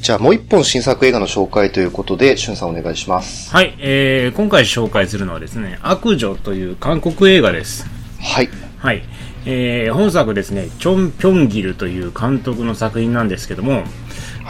じゃあもう一本新作映画の紹介ということで、しゅんさんお願いします。はい、えー今回紹介するのはですね、悪女という韓国映画です。はい。はい。えー本作ですね、チョン・ピョンギルという監督の作品なんですけども、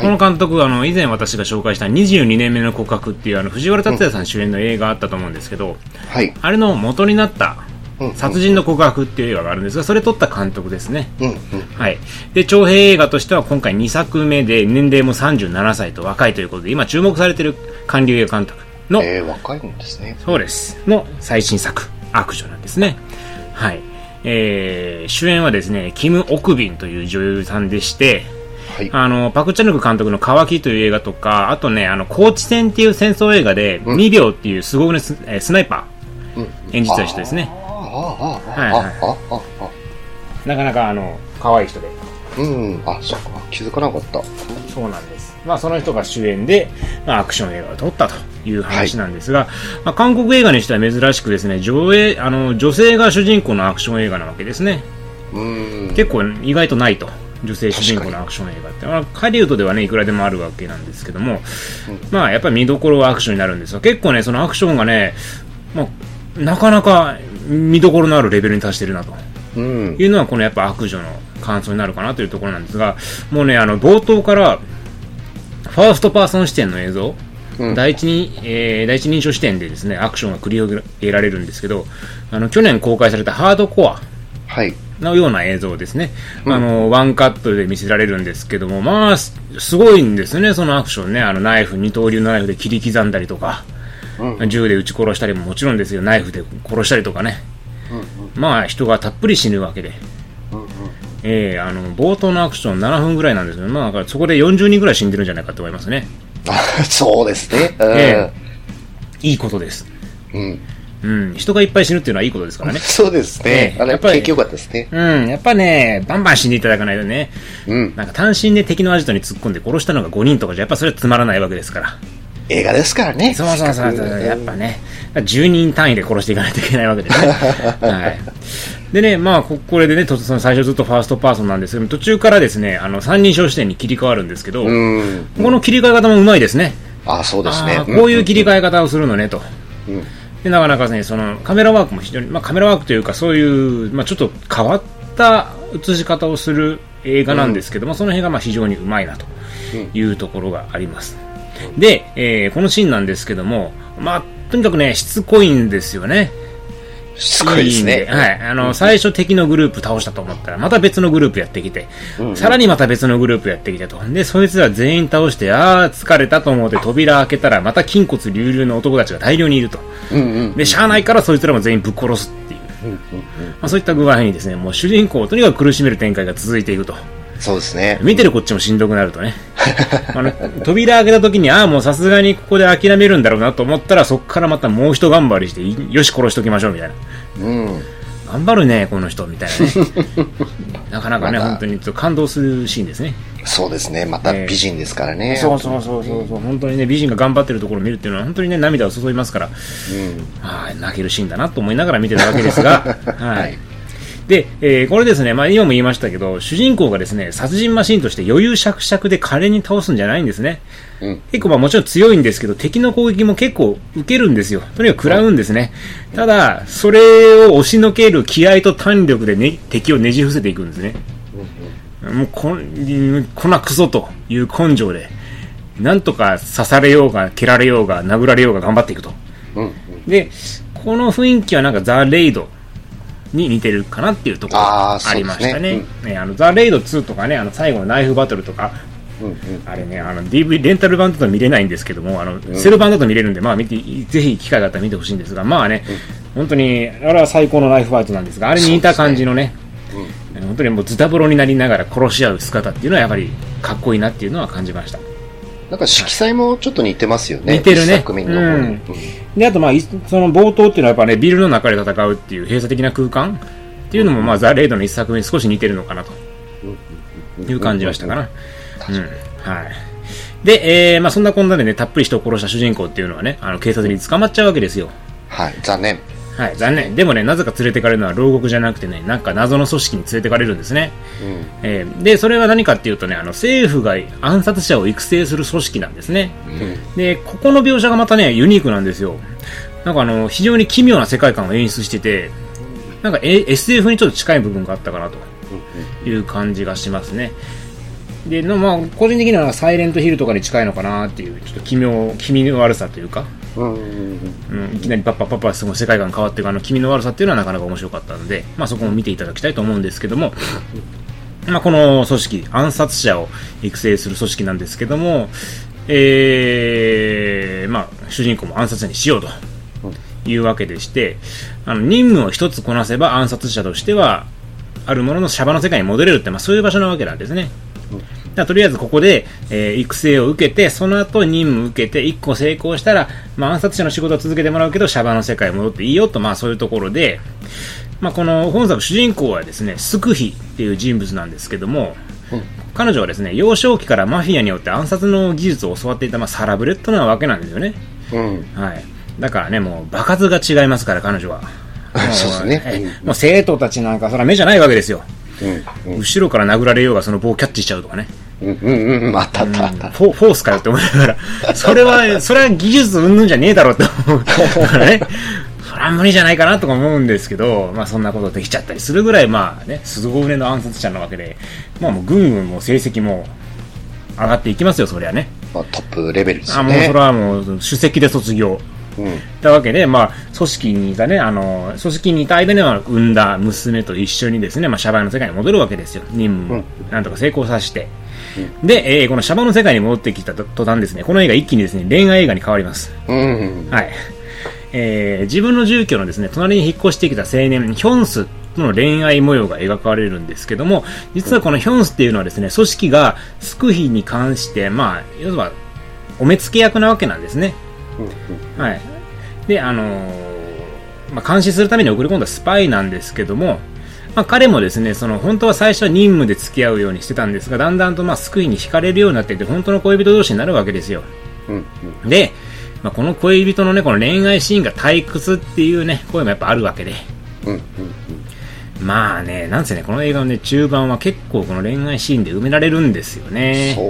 この監督はあの以前私が紹介した22年目の告白っていうあの藤原竜也さん主演の映画あったと思うんですけど、はい。あれの元になったうん殺人の告白っていう映画があるんですが、それ撮った監督ですね。うん、うん。はい。で、長編映画としては今回2作目で年齢も37歳と若いということで、今注目されている韓流映画監督のえー、若いんですね。そうです。の最新作、悪女なんですね。はい。えー、主演はですね、キム・オクビンという女優さんでして、はい。あの、パクチャヌク監督の乾きという映画とか、あとね、あの、高知戦っていう戦争映画で、ミビオっていうすごいス,、えースナイパうん。ー演じてた人ですね。ああ、ああ、はあいはいあ、ああ、あなかなかあの、可愛い人で。あ。うん。あ、そっか。気づかなかった。そうなんです。まあ、その人が主演で、まあ、アクション映画を撮ったという話なんですが、まあ、韓国映画にしては珍しくですね、上映、あの、女性が主人公のアクション映画なわけですね。うん。結構意外とないと女性主人公のアクション映画って、まあ、ハリウッドではねいくらでもあるわけなんですけども、まあやっぱり見どころはアクションになるんですが結構ねそのアクションがね、まあ、なかなか見どころのあるレベルに達してるなとうん。いうのはこのやっぱ悪女の感想になるかなというところなんですがもうねあの冒頭からファーストパーソン視点の映像、うん第一に、えー第一人称視点でですねアクションが繰り広げられるんですけどあの去年公開されたハードコアはい。のような映像ですね。あの、ワンカットで見せられるんですけども、まあ、すすごいんですね、そのアクションね。あの、ナイフ、二刀流のナイフで切り刻んだりとか、う銃で撃ち殺したりももちろんですよ、ナイフで殺したりとかね。まあ、人がたっぷり死ぬわけで。ええあの、冒頭のアクション7分ぐらいなんですけど、まあ、だからそこで40人ぐらい死んでるんじゃないかと思いますね。あそうですね。えいいことです。うん。うん。うん、人がいっぱい死ぬっていうのはいいことですからね。そうですねえ。えあれ、やっぱり景気良かったですね。うん、やっぱね、バンバン死んでいただかないとね、うん。なんか単身で敵のアジトに突っ込んで殺したのが5人とかじゃやっぱそれはつまらないわけですから。映画ですからね。そうそうそうそう、やっぱね、10人単位で殺していかないといけないわけ ですね。はい。でね、まあ、ここれでね、とその最初ずっとファーストパーソンなんですけど、途中からですね、あの、三人称視点に切り替わるんですけど、こうん。この切り替え方もうまいですね。あそうですあね。ーこういうう切り替え方をするのね、と。ん。うんでなかなかね、そのカメラワークも非常に、まあ、カメラワークというか、そういう、まあ、ちょっと変わった映し方をする映画なんですけども、その辺がまあ非常にうまいなというところがあります。で、えーこのシーンなんですけども、まあ、とにかくね、しつこいんですよね。すごいですいいんね。はい。あの、最初敵のグループ倒したと思ったら、また別のグループやってきて、さらにまた別のグループやってきてと。で、そいつら全員倒して、あー、疲れたと思って扉開けたら、また筋骨隆々の男たちが大量にいると。うんうん。で、しゃあないからそいつらも全員ぶっ殺すっていう。まあ、そういった具合にですね、もう主人公をとにかく苦しめる展開が続いていくと。そうですね。見てるこっちもしんどくなる とね。あの、扉開けた時に、ああ、もうさすがにここで諦めるんだろうなと思ったら、そっからまたもう一頑張りして、いよし殺しときましょうみたいな。うん。頑張るね、この人、みたい なね。なかなかね、また本当にちょっと感動するシーンですね。そうですね。またええ美人ですからね。そうそうそうそうそう。本当にね、美人が頑張ってるところを見るっていうのは、本当にね、涙を注ぎますから、ああ、泣けるシーンだなと思いながら見てたわけですが、はい。はいで、えーこれですね、まあ、今も言いましたけど、主人公がですね、殺人マシンとして余裕しゃくしゃくで華麗に倒すんじゃないんですね。うん結構まあもちろん強いんですけど、敵の攻撃も結構受けるんですよ。とにかく食らうんですね。ただ、それを押しのける気合と胆力で、ね、敵をねじ伏せていくんですね。もうこん、こなくそという根性で、なんとか刺されようが、蹴られようが、殴られようが頑張っていくと。うんうん。で、この雰囲気はなんかザ・レイドに似てるかなっていうところがあーありましたそうでねす。ねあのザ・レイド2とかね、あの最後のナイフバトルとか、うんうん。あれね、あの DV、レンタル版だと見れないんですけども、あの、セル版だと見れるんで、まあ見て、ぜひ機会があったら見てほしいんですが、まあね、本当に、あれは最高のナイフファイトなんですが、あれに似た感じのね、あの本当にもうズタボロになりながら殺し合う姿っていうのはやっぱりかっこいいなっていうのは感じました。なんか色彩もちょっと似てますよね。似てるね一作目の方にうんで、あとまあ、いその冒頭っていうのはやっぱね、ビルの中で戦うっていう閉鎖的な空間っていうのも、まあ、ザ・レイドの一作目に少し似てるのかなという感じがしたかな。うん。はい。で、えー、まあそんなこんなでね、たっぷり人を殺した主人公っていうのはね、あの、警察に捕まっちゃうわけですよ。はい。残念。はい、残念。でもね、なぜか連れてかれるのは牢獄じゃなくてね、なんか謎の組織に連れてかれるんですね。えーで、それは何かっていうとね、あの、政府が暗殺者を育成する組織なんですね。で、ここの描写がまたね、ユニークなんですよ。なんかあの、非常に奇妙な世界観を演出してて、なんか、え SF にちょっと近い部分があったかなという感じがしますね。で、のまあ、個人的にはサイレントヒルとかに近いのかなっていう、ちょっと奇妙、気味の悪さというか、うん、いきなりパッパッパッパッすごい世界観変わっていくあの君の悪さっていうのはなかなか面白かったので、まあ、そこも見ていただきたいと思うんですけども、まあ、この組織暗殺者を育成する組織なんですけども、えーまあ、主人公も暗殺者にしようというわけでしてあの任務を一つこなせば暗殺者としてはあるもののシャバの世界に戻れるって、まあ、そういう場所なわけなんですね。だからとりあえずここで、えー育成を受けて、その後任務受けて、1個成功したら、まあ、暗殺者の仕事は続けてもらうけど、シャバの世界へ戻っていいよと、まあそういうところで、まあこの本作主人公はですね、スクヒっていう人物なんですけども、彼女はですね、幼少期からマフィアによって暗殺の技術を教わっていた、まあ、サラブレッドなわけなんですよね。はい。だからね、もう、場数が違いますから、彼女は。そうですねええもう生徒たちなんか、そら目じゃないわけですよ。後ろから殴られようが、その棒をキャッチしちゃうとかね。あったあったあった。フォフォースかよって思いながら、それは、それは技術うんぬんじゃねえだろうって思うからね。それは無理じゃないかなとか思うんですけど、まあそんなことできちゃったりするぐらい、まあね、鈴子船の暗殺者なわけで、まあもうぐんぐんもう成績も上がっていきますよ、そりゃね。まあ、トップレベルですあ、もうねそれ。はもう首席で卒業。うんったわけで、まあ、組織にいたね、あの、組織にいた間には産んだ娘と一緒にですね、まあ、シャバの世界に戻るわけですよ。任務をなんとか成功させて。で、えーこのシャバの世界に戻ってきたと途端ですね、この映画一気にですね、恋愛映画に変わります。うん。はい。えー自分の住居のですね、隣に引っ越してきた青年、ヒョンスとの恋愛模様が描かれるんですけども、実はこのヒョンスっていうのはですね、組織がスクヒに関して、まあ、要は、お目付け役なわけなんですね。はい。で、あのーまあ、監視するために送り込んだスパイなんですけども、まあ、彼もですね、その、本当は最初は任務で付き合うようにしてたんですが、だんだんと、まあ、救いに惹かれるようになっていて、本当の恋人同士になるわけですよ。で、まあ、この恋人のね、この恋愛シーンが退屈っていうね、声もやっぱあるわけで。まあね、なんせね、この映画のね、中盤は結構この恋愛シーンで埋められるんですよね。そ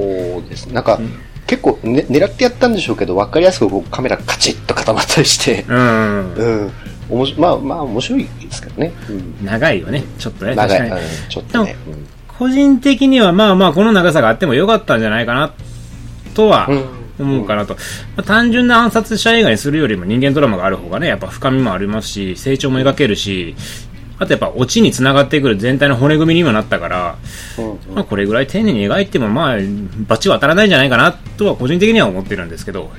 うです。なんか、結構、ね、狙ってやったんでしょうけど、わかりやすくこうカメラカチッと固まったりして、うん。うん。おもしまあまあ、面白いですけどね。うん長いよね、ちょっとね、確長かい、にうん。ちょっとね。うん個人的にはまあまあこの長さがあってもよかったんじゃないかなとは思うかなと、まあ単純な暗殺者映画にするよりも人間ドラマがある方がねやっぱ深みもありますし成長も描けるしあとやっぱオチにつながってくる全体の骨組みにもなったから、まあ、これぐらい丁寧に描いてもまあバチは当たらないんじゃないかなとは個人的には思ってるんですけど、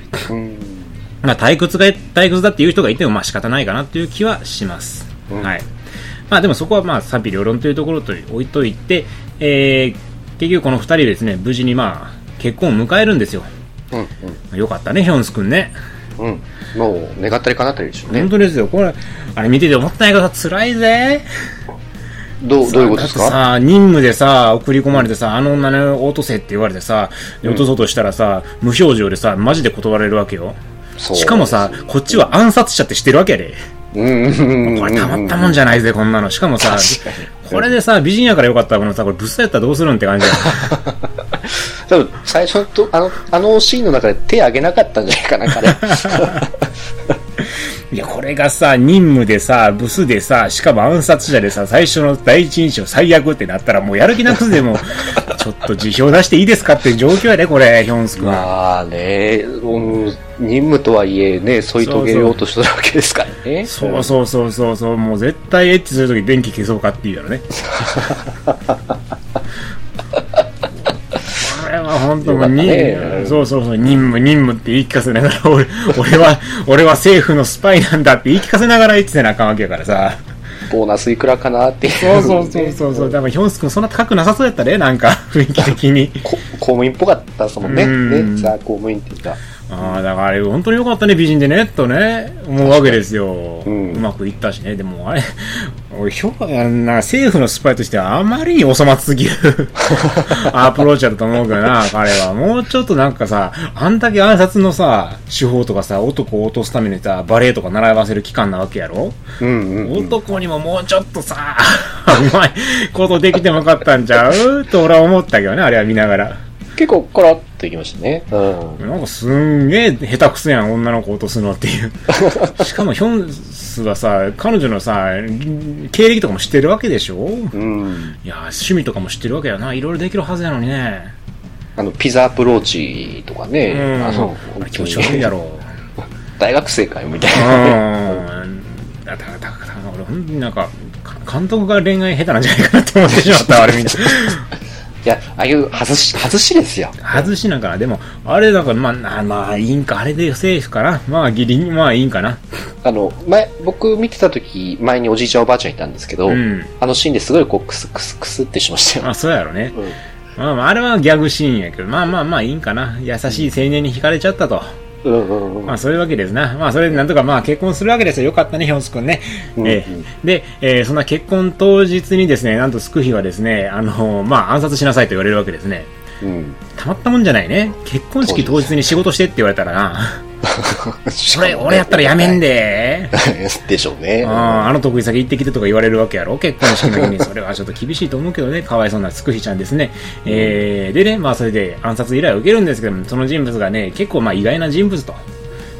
まあ、退屈が退屈だっていう人がいてもまあ仕方ないかなという気はします、はいまあ、でもそこはまあ賛否両論というところと置いといて、えー結局この2人ですね無事にまあ結婚を迎えるんですようんよかったねヒョンス君ねうん。うん。もう、願ったりかなったりでしょうね本。当ですよこれあれ見てて思ったんやけど辛いぜどう、どういうことですだっかてさ任務でさ送り込まれてさあの女の落とせって言われてさ落とそうとしたらさ、無表情でさマジで断られるわけよそうしかもさこっちは暗殺者ってしてるわけやでうんうんうん。これたまったもんじゃないぜ、こんなの。しかもさ、これでさ、美人やからよかったものさ、これブスやったらどうするんって感じ だよ。多分、最初と、あの、あのシーンの中で手挙げなかったんじゃないかな、彼。いや、これがさ、任務でさ、ブスでさ、しかも暗殺者でさ、最初の第一印象最悪ってなったら、もうやる気なくすでも、 ちょっと辞表出していいですかって状況やね、これ、ヒョンス君は。まあね、うん、任務とはいえね、添い遂げようとしてるわけですからね。そうそうそうそうそう、もう絶対エッチするとき電気消そうかっていうやろ ね。これは本当もうに、よかったねそうそうそう、任務、任務って言い聞かせながら、 俺、俺は、俺は政府のスパイなんだって言い聞かせながらエッチせなあかんわけやからさ。ボーナスいくらかなっていう。そうそう そうそうそう、多分ヒョンス君そんな高くなさそうやったね、なんか、雰囲気的に。こ公務員っぽかったですもんね。うんね、ザ・公務員っていうか。ああ、だからあれ、本当によかったね、美人でね、とね、思うわけですよ。ううんまくいったしね、でもあれ、 俺評価がな、政府のスパイとしてはあまりに収まっすぎる アプローチだったと思うけどな、彼は。もうちょっとなんかさ、あんだけ暗殺のさ、手法とかさ、男を落とすためにさ、バレエとか習わせる期間なわけやろうんうんうん。男にももうちょっとさ、 うまいことできてもよかったんちゃうと俺は思ったけどね、あれは見ながら。結構、コロッといきましたね。うん。なんかすんげえ下手くそやん、女の子落とすのっ ていう。しかもヒョンスはさ、彼女のさ、経歴とかも知ってるわけでしょうん。いや、趣味とかも知ってるわけやな。いろいろできるはずやのにね。あの、ピザアプローチとかね、うん。あの、あれ気持ち悪いやろ。大学生かよ、みたういな。ん。だだだから、俺、本当になんか、か監督が恋愛下手なんじゃないかなって思ってしまった、あれ見て。いや、ああいう外し、外しですよ。外しながら、でも、あれだから、まあな、まあ、いいんか、あれでセーフかな。まあ、ギリに、まあ、いいんかな。あの、前、僕見てた時、前におじいちゃんおばあちゃんいたんですけど、うんあのシーンですごいこう、クスクスクスってしましたまよ。あ、そうやろね。うんまあまあ、あれはギャグシーンやけど、まあまあまあいいんかな。優しい青年に惹かれちゃったと。うんうんうんまあそういうわけですな。まあそれでなんとかまあ結婚するわけですよ。よかったね、ヒョンス君ね。うんうんえーで、えーそんな結婚当日にですね、なんとスクヒはですね、あのーまあ暗殺しなさいと言われるわけですね。うん。たまったもんじゃないね。結婚式当日に仕事してって言われたらな。そそれ、俺やったらやめん。で。でしょうね。うんあの得意先行ってきてとか言われるわけやろ結婚式の 日に。それはちょっと厳しいと思うけどね。かわいそうなつくひちゃんですね。えー、でね、まあそれで暗殺依頼を受けるんですけども、その人物がね、結構まあ意外な人物と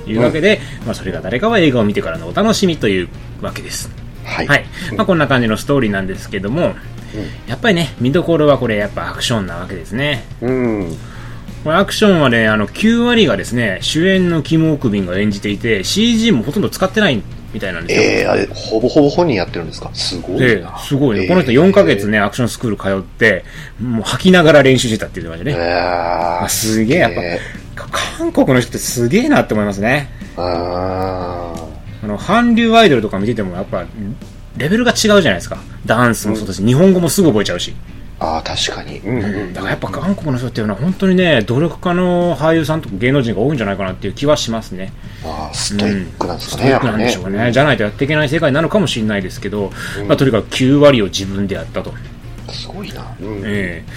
いうわけで、まあそれが誰かは映画を見てからのお楽しみというわけです。はい。はい。まあこんな感じのストーリーなんですけども、やっぱりね、見どころはこれやっぱアクションなわけですね。うん。これアクションはね、あの、9割がですね、主演のキム・オクビンが演じていて、CG もほとんど使ってないみたいなんですよ。ええあれ、ほぼほぼ本人やってるんですかすごいな。ええすごいね。この人ええ4ヶ月ね、アクションスクール通って、もう吐きながら練習してたっていう感じえね。えあすげえ、やっぱ、えか韓国の人ってすげえなって思いますね。えああ。あの、韓流アイドルとか見てても、やっぱ、レベルが違うじゃないですか。ダンスもそうだし、日本語もすぐ覚えちゃうし。ああ、確かに。うんうん。だからやっぱ韓国の人っていうのは本当にね、努力家の俳優さんとか芸能人が多いんじゃないかなっていう気はしますね。ああ、ストイックなんですスかトね。イックなんでしょうやっぱね。じゃないとやっていけない世界なのかもしれないですけど、まあとにかく9割を自分でやったと。うんすごいな。うんええ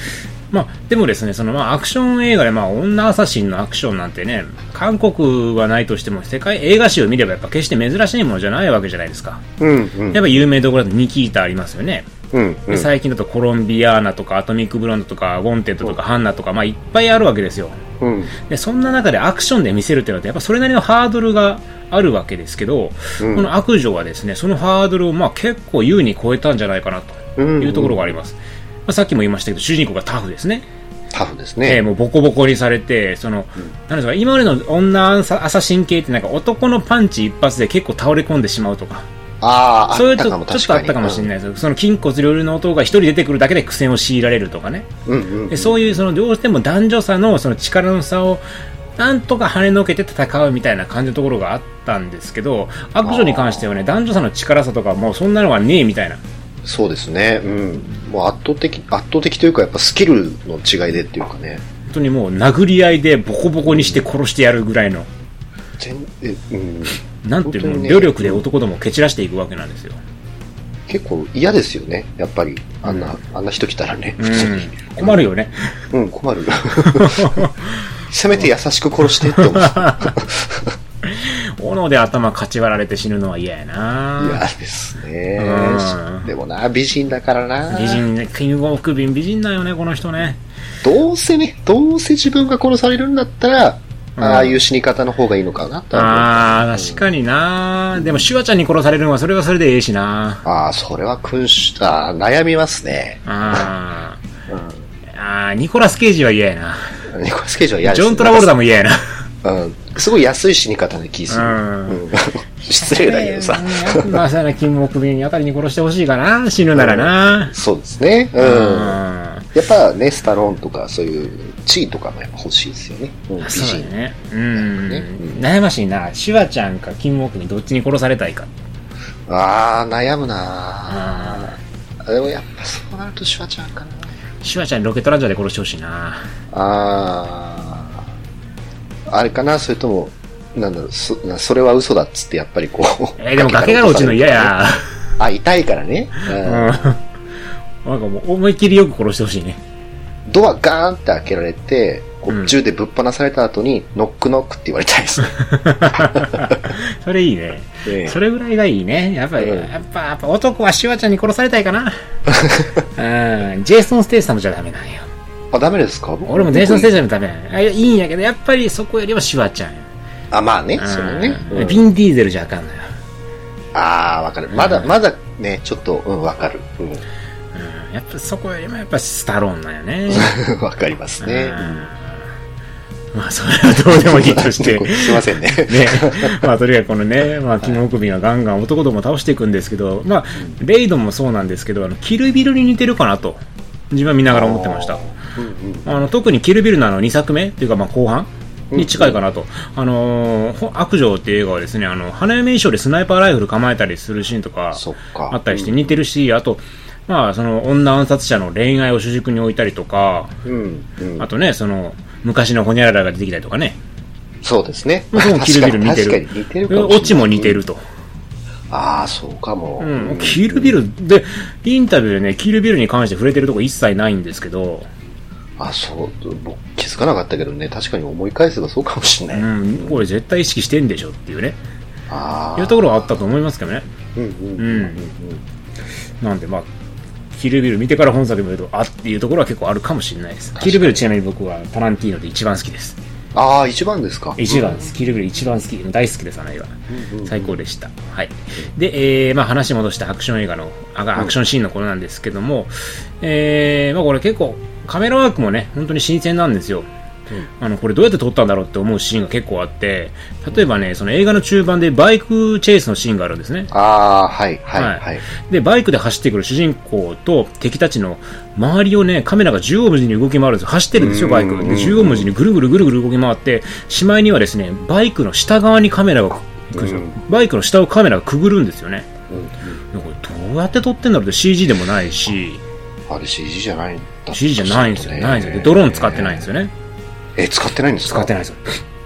まあ、でもですね、そのまあアクション映画で、まあ、女アサシンのアクションなんてね、韓国はないとしても、世界映画史を見れば、やっぱ決して珍しいものじゃないわけじゃないですか。うんうんやっぱ有名どころだとニキータありますよね。うんうでん。最近だとコロンビアーナとか、アトミックブロンドとか、ウォンテッドとか、ハンナとか、まあ、いっぱいあるわけですよ。うんでそんな中でアクションで見せるっていうのはやっぱそれなりのハードルがあるわけですけど、うんこの悪女はですねそのハードルをまあ結構優に超えたんじゃないかなとうんいうところがあります、まあ、さっきも言いましたけど主人公がタフですね、タフですえーね。もうボコボコにされてその、なんですか今までの女アサアサシン系ってなんか男のパンチ一発で結構倒れ込んでしまうとかああ、そういあうっとたちかょもっとあったかもしれい。ないです、その筋骨隆々の男が一人出てくるだけで苦戦を強いられるとかねうんうんうんで。そういうそのどうしても男女差のその力の差をなんとか跳ねのけて戦うみたいな感じのところがあったんですけど悪女に関してはね男女差の力差とかもうそんなのはねえみたいなそうですね。うん。もう圧倒的、圧倒的というか、やっぱスキルの違いでっていうかね。本当にもう殴り合いでボコボコにして殺してやるぐらいの全えうん、なんていう本当のにね努力で男どもを蹴散らしていくわけなんですよ結構嫌ですよね。やっぱり、あんな、あんな人来たらね。う普通にん 困るよねうん、困る。 せめて優しく殺してって思う。斧で頭かち割られて死ぬのは嫌やな嫌ですねうん。でもな、美人だからな。美人ねキングオフビン美人だよねこの人ねどうせね、どうせ自分が殺されるんだったら、うんああいう死に方の方がいいのかなとはああ、確かにな。でも、シュワちゃんに殺されるのはそれはそれでええしな。思う。ああ、それは君主、ああ、悩みますね。あーあー、ニコラス・ケイジは嫌やな。ニコラス・ケイジは嫌ですジねョン・トラボルタも嫌やな。うん。すごい安い死に方の気する。うんうん 失礼だけどさ。 まあ、そうやな、金木瓶あたりに殺してほしいかな。死ぬならな。そうですね。うん。うん。やっぱね、スタローンとか、そういう地位とかもやっぱ欲しいですよね。うん、美そう人だ。ね。うねん。悩ましいな。シュワちゃんか金木瓶どっちに殺されたいか。ああ、悩むなああでもやっぱそうなるとシュワちゃんかなーシュワちゃんロケットランチャーで殺してほしいな。ああ。あれかなそれとも、なんだろう、そなそれは嘘だっつって、やっぱりこう。えーでも崖から落ちるの嫌や。あ、痛いからね。う。うんんなんかもう思いっきりよく殺してほしいね。ドアガーンって開けられて、こうんう銃でぶっ放された後に、ノックノックって言われたいですね。それいいね。ええ それぐらいがいいね。やっぱり、うんやっぱ、やっぱ男はシュワちゃんに殺された いかな。うん。ジェイソン・ステイサムじゃダメなんよ。あ、ダメですか俺もジェイソン・ステイジサムダメなんよあ。いやいいんやけど、やっぱりそこよりはシュワちゃんよ。あ、まあね、うんそのね。うんビン・ディーゼルじゃあかんのよ。ああ、わかる。まだ、まだね、ちょっと、うん、 わかる。ううん。やっぱそこよりもやっぱスタローンなんよね。ん。わかりますうね。んまあ、それはどうでもいいと して。すいませんね。ね、まあとりあえずこのね、まあ、キノコビがガンガン男どもを倒していくんですけど、まあ、レイドもそうなんですけど、あのキルビルに似てるかなと、自分は見ながら思ってました。うんうん。あの特にキルビルのあの2作目っていうか、まあ、後半に近いかなと、あのーほ悪女っていう映画はですね、あの花嫁衣装でスナイパーライフル構えたりするシーンとかそっか。あったりして似てるし、あと、まあ、その女暗殺者の恋愛を主軸に置いたりとか、うん。うん。あとね、その昔のホニャララが出てきたりとかね、そうですね。まあそうキルビル似て確かに確かに似てるかもしれる。ないオチも似てると。ああ、そうかも。うん、キルビルで、インタビューでね、キルビルに関して触れてるとこ一切ないんですけど、あ、そう。僕気づかなかったけどね、確かに思い返せばそうかもしれなうい。ん、これ絶対意識してんでしょっていうね、ああ。いうところはあったと思いますけどね。うんうんううんん。なんで、まあ、キルビル見てから本作見ると、あっていうところは結構あるかもしれないです。かにキルビルちなみに僕はタランティーノで一番好きです。ああ、一番ですか。一番です。キルビル一番好き。大好きです、あの映画。最高でした。はい。で、えーまあ話戻してアクション映画の、あがアクションシーンのことなんですけども、えーまあこれ結構カメラワークもね、本当に新鮮なんですよ。あの、これどうやって撮ったんだろうって思うシーンが結構あって、例えばね、その映画の中盤でバイクチェイスのシーンがあるんですね。ああ、はい、はい、ははいい。で、バイクで走ってくる主人公と敵たちの周りをね、カメラが縦横無尽に動き回るんですよ。走ってるんですよ、バイク。うんでうんうん、縦横無尽にぐるぐるぐるぐる動き回って、しまいにはですね、バイクの下側にカメラが行くんですようんバイクの下をカメラがくぐるんですよね。うんうんでこれどうやって撮ってんだろうって CG でもないし、あれ CG じゃないんだった CG じゃないんですよ。ねないんですよ。でドローン使ってないんですよね。え、使ってないんですか使ってないんですよ。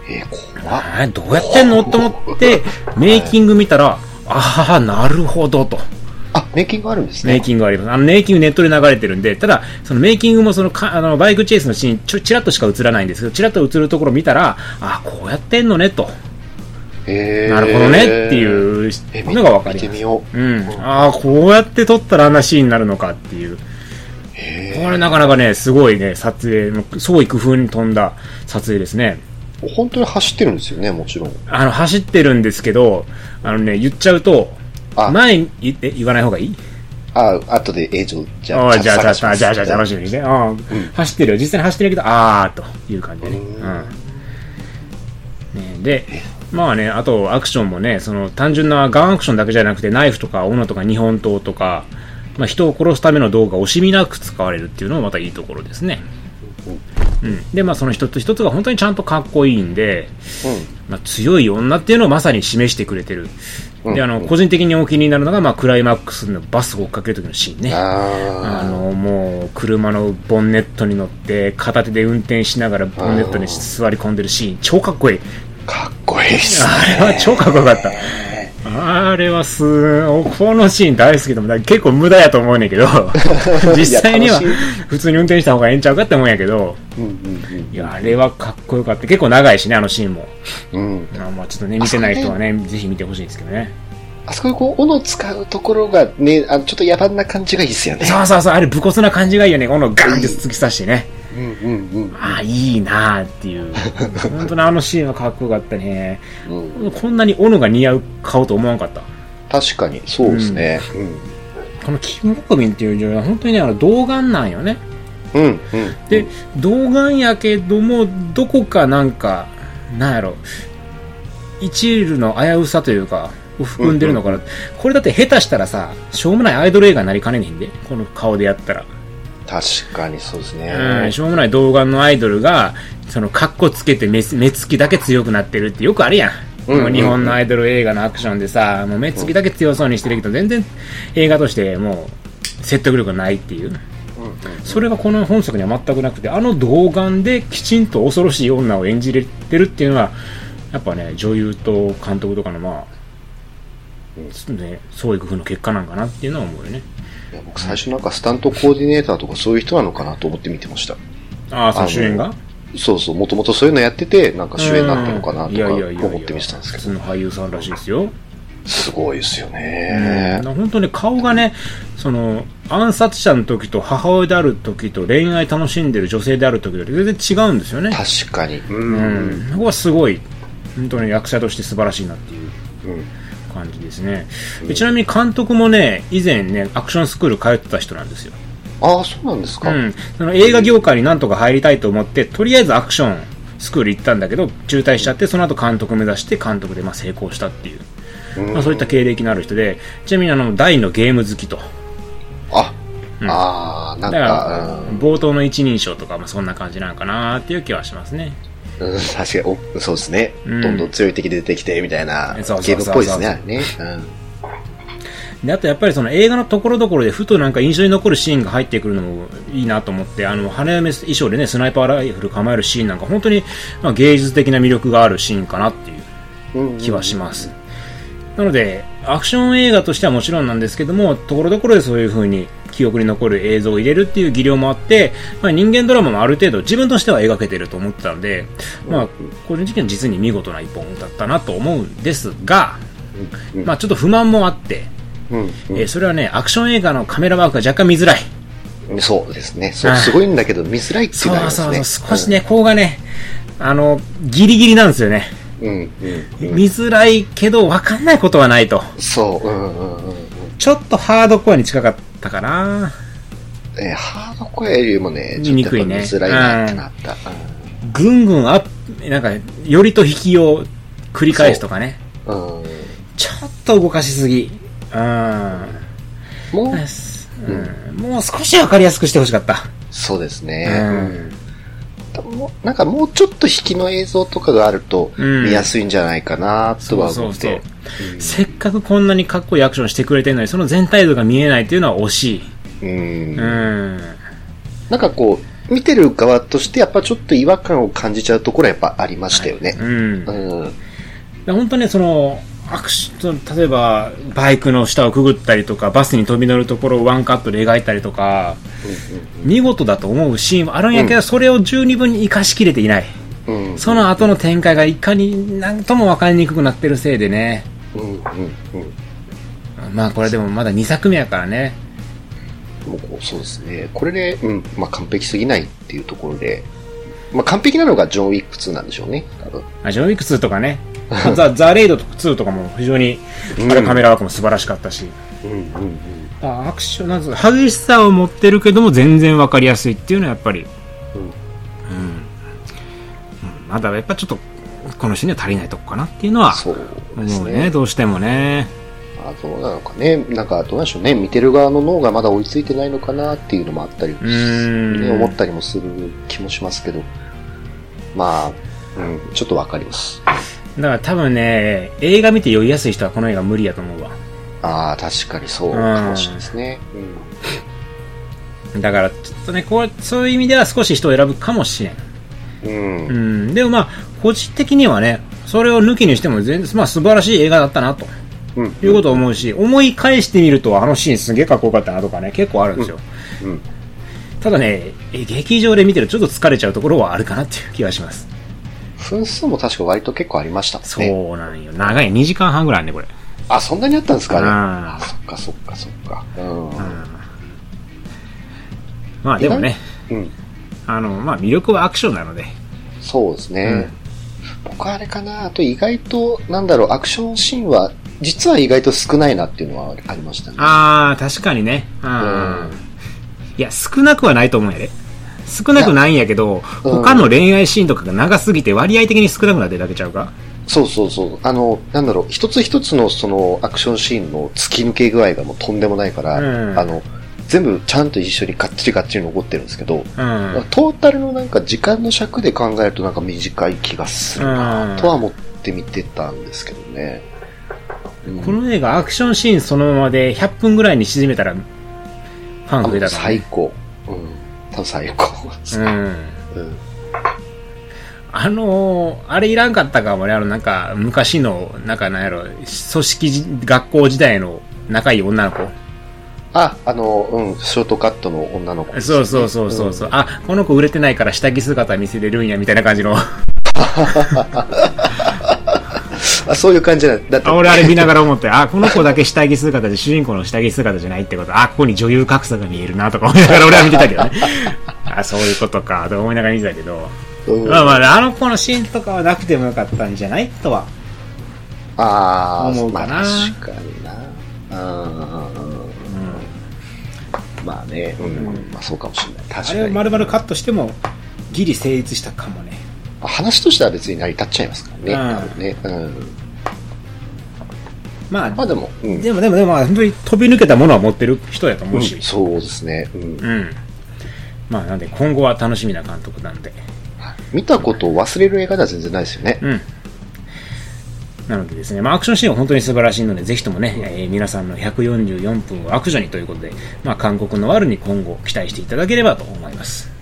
えー、怖っ。えーどうやってんのと思って、メイキング見たら、ああ、なるほどと。あ、メイキングあるんですね。メイキングがあります。あの、メイキングネットで流れてるんで、ただ、そのメイキングもそのか、あの、バイクチェイスのシーン、ちょ、ちらっとしか映らないんですけど、ちらっと映るところ見たら、あ、こうやってんのね、と。えー、なるほどね、っていうえ見のがわかりま見す。てみよう。うん。ああ、こうやって撮ったらあんなシーンになるのかっていう。えこれなかなかね、すごいね、撮影の、創意工夫に富んだ撮影ですね。ー、本当に走ってるんですよね、もちろん。あの、走ってるんですけど、あのね、言っちゃうと、あ前に言って、言わない方がいいあ、後で映像、じゃおあ、いじゃあ、じゃあ、じゃあ、じゃあ、じゃあ楽ししみにね。うん走ってるよ。実際に走ってるけど、あーという感じでね。うん。ねで、まあね、あとアクションもね、その単純なガンアクションだけじゃなくて、ナイフとか斧とか日本刀とか、まあ、人を殺すための道具が惜しみなく使われるっていうのもまたいいところですね。うん。で、まあその一つ一つが本当にちゃんとかっこいいんで、まあ、強い女っていうのをまさに示してくれてる。で、あの、個人的にお気になるのが、まあ、クライマックスのバスを追っかける時のシーンね。ああのもう車のボンネットに乗って片手で運転しながらボンネットに座り込んでるシーン超かっこいいー、かっこいいっすね。あれは超かっこよかったあれはすこのシーン大好きでもだ結構無駄やと思うねんけど実際にはいや楽普通に運転した方がええんちゃうかって思うんやけどうんうんいやあれはかっこよかった結構長いしねあのシーンもうん。うん。あまあちょっとね見てない人はねぜひ見てほしいんですけどねあそこにこう、斧使うところがね、あのちょっと野蛮な感じがいいっすよね。そうそうそうあれ武骨な感じがいいよねこのガンって突き刺してねうんうんうんああいいなあっていう本当にあのシーンはかっこよかったねうん。こんなに斧が似合う顔と思わんかった。確かに、そうですね。このキムコビンっていう女優は本当にね、あの、童顔なんよね。うん。うん。うん。で、童顔やけども、どこかなんか、なんやろ、一流の危うさというか、を含んでるのかな。これだって下手したらさ、しょうもないアイドル映画になりかねねえんで、この顔でやったら。確かにそうですね。うん、しょうもない童顔のアイドルが、その、カッコつけて目つ目つきだけ強くなってるってよくあるやん。うんもう日本のアイドル映画のアクションでさ、もう目つきだけ強そうにしてるけど、全然映画としてもう説得力がないっていう。うんうんそれがこの本作には全くなくてあの童顔できちんと恐ろしい女を演じれてるっていうのはやっぱね女優と監督とかのまあ、ね、創意工夫の結果なんかなっていうのは思うよねいや僕最初なんかスタントコーディネーターとかそういう人なのかなと思って見てました。ああその主演がそうそう、もともとそういうのやってて、なんか主演になったのかなうんいやいやいとやいかや思って見てたんですけ普ど。通の俳優さんらしいですよすごいですよね。本当ね顔がねその暗殺者の時と母親である時と恋愛楽しんでる女性である時と全然違うんですよね確かに。う。うんんそこはすごい本当に役者として素晴らしいなっていううん感じですね、でちなみに監督もね以前ねアクションスクール通ってた人なんですよ、ああ、そうなんですうか。ん、その映画業界になんとか入りたいと思ってとりあえずアクションスクール行ったんだけど中退しちゃってその後監督目指して監督でまあ成功したっていう、うんまあ、そういった経歴のある人でちなみにあの大のゲーム好きとあ、うんああ、なだんからか、冒頭の一人称とかもそんな感じなのかなっていう気はしますねうん、うん確かにお、そうですね。うんどんどん強い敵出てきて、みたいな、ゲそうそうそうそーうムっぽいですね、あれね。であとやっぱりその映画のところどころでふとなんか印象に残るシーンが入ってくるのもいいなと思ってあの花嫁衣装でねスナイパーライフル構えるシーンなんか本当にまあ芸術的な魅力があるシーンかなっていううん。うん気はします、なのでアクション映画としてはもちろんなんですけどもところどころでそういう風に記憶に残る映像を入れるっていう技量もあって、まあ、人間ドラマもある程度自分としては描けてると思ってたので、まあ、個人的には実に見事な一本だったなと思うんですが、まあ、ちょっと不満もあって、うん。えーそれはね、アクション映画のカメラワークが若干見づらい。うんそうですね。そう、あーすごいんだけど、見づらいっていうそのはあうりそうそう、ますね。少しね、ここがね、あの、ギリギリなんですよね。うん。うん。うん。見づらいけど、わかんないことはないと。そう、うんうんうんうん。ちょっとハードコアに近かったかな。えーハードコアよりもね、見ちょっにとくやいっぱね見づらいなってなった。ぐんぐんアップ、なんか、よりと引きを繰り返すとかね。うん。うんちょっと動かしすぎ。うん。もう、うん、もう少しわかりやすくしてほしかった。そうですね。うんうんもうなんかもうちょっと引きの映像とかがあるとうん見やすいんじゃないかなとは思って。せっかくこんなにかっこいいアクションしてくれてるのに、その全体像が見えないっていうのは惜しい。うんうん。なんかこう、見てる側としてやっぱちょっと違和感を感じちゃうところはやっぱありましたよね。うん。うん。で本当ね、その、アクションその、例えば、バイクの下をくぐったりとか、バスに飛び乗るところをワンカットで描いたりとか、見事だと思うシーンはあるんやけど、それを十二分に生かしきれていない。うん。うん。その後の展開がいかになんとも分かりにくくなってるせいでね。うん。うん。まあこれでもまだ2作目やからね。もうこうそうですね。これで、うん。まあ完璧すぎないっていうところで。まあ完璧なのがジョン・ウィック2なんでしょうね。多分。まあジョンウィック2とか ね。ザ・ザ・レイド2とかも非常に、あれカメラワークも素晴らしかったし。うんうんうん。あアクションなんつうの激しさを持ってるけども全然わかりやすいっていうのはやっぱり、うんうんまだやっぱちょっとこのシーンには足りないとこかなっていうのはそうです思うね。ねどうしてもねあどうなのかね、なんかどうなんでしょうね、見てる側の脳がまだ追いついてないのかなっていうのもあったり、うーんね、思ったりもする気もしますけど、まあ、うん、ちょっとわかります。だから多分ね映画見て酔いやすい人はこの映画無理やと思うわああ、確かにそうかもしれないですね。うんだからちょっとねこうそういう意味では少し人を選ぶかもしれんうんうんでもまあ個人的にはねそれを抜きにしても全然、まあ、素晴らしい映画だったなとうんいうことを思うし、思い返してみるとあのシーンすげえかっこよかったなとかね結構あるんですよ、うんただね、え劇場で見てるとちょっと疲れちゃうところはあるかなっていう気がします。分数も確か割と結構ありましたもそんね。うなんよ。長い、2時間半ぐらいあんね、これ。あ、そんなにあったんですかね。うんあ、そっかそっかそっか。まあでもね、うん。うんあの、まあ魅力はアクションなので。そうですね。僕はあれかな、あと意外と、なんだろう、アクションシーンは、実は意外と少ないなっていうのはありましたね。あー、確かにね。うん。うんいや、少なくはないと思うんやで。少なくないんやけうど、ん他の恋愛シーンとかが長すぎて割合的に少なくなってるだけちゃうかそうそうそう。あの、なんだろう、一つ一つのそのアクションシーンの突き抜け具合がもうとんでもないから、うんあの、全部ちゃんと一緒にガッチリガッチリ残ってるんですけど、うん。トータルのなんか時間の尺で考えるとなんか短い気がするうなんとは思って見てたんですけどね。うんこの映画、アクションシーンそのままで100分ぐらいに縮めたら、ファンあ増えもたうからね最高。うん多分最高。うん。うん。あのーあれいらんかったかもね、あの、なんか、昔の、なんか、なんやろ、組織じ、学校時代の仲いい女の子。あ、あの、うん、ショートカットの女の子。そうそうそうそうそう、あ、この子売れてないから下着姿見せれるんや、みたいな感じの。あ、そういう感じなんだ。だってあ俺あれ見ながら思って、あ、この子だけ下着姿で、主人公の下着姿じゃないってこと、あ、ここに女優格差が見えるなとか思いながら俺は見てたけどね。あ、そういうことか、と思いながら見てたけど。うんまあまあ、あの子のシーンとかはなくてもよかったんじゃないとは。ああ、思うかなまあ、確かにな。うん。まあね、うん、まあそうかもしれない。確あかれをに。丸々カットしても、ギリ成立したかもね。話としては別に成り立っちゃいますからね。多分ね。うん。まあ、まあでも、うん。でもでもでも、まあ本当に飛び抜けたものは持ってる人やと思うんうし。そうですね。うんう。ん。まあ、なんで、今後は楽しみな監督なんで。見たことを忘れる映画では全然ないですよね。うん。なのでですね、まあ、アクションシーンは本当に素晴らしいので、ぜひともね、えー皆さんの144分を悪女にということで、まあ、韓国のワルに今後期待していただければと思います。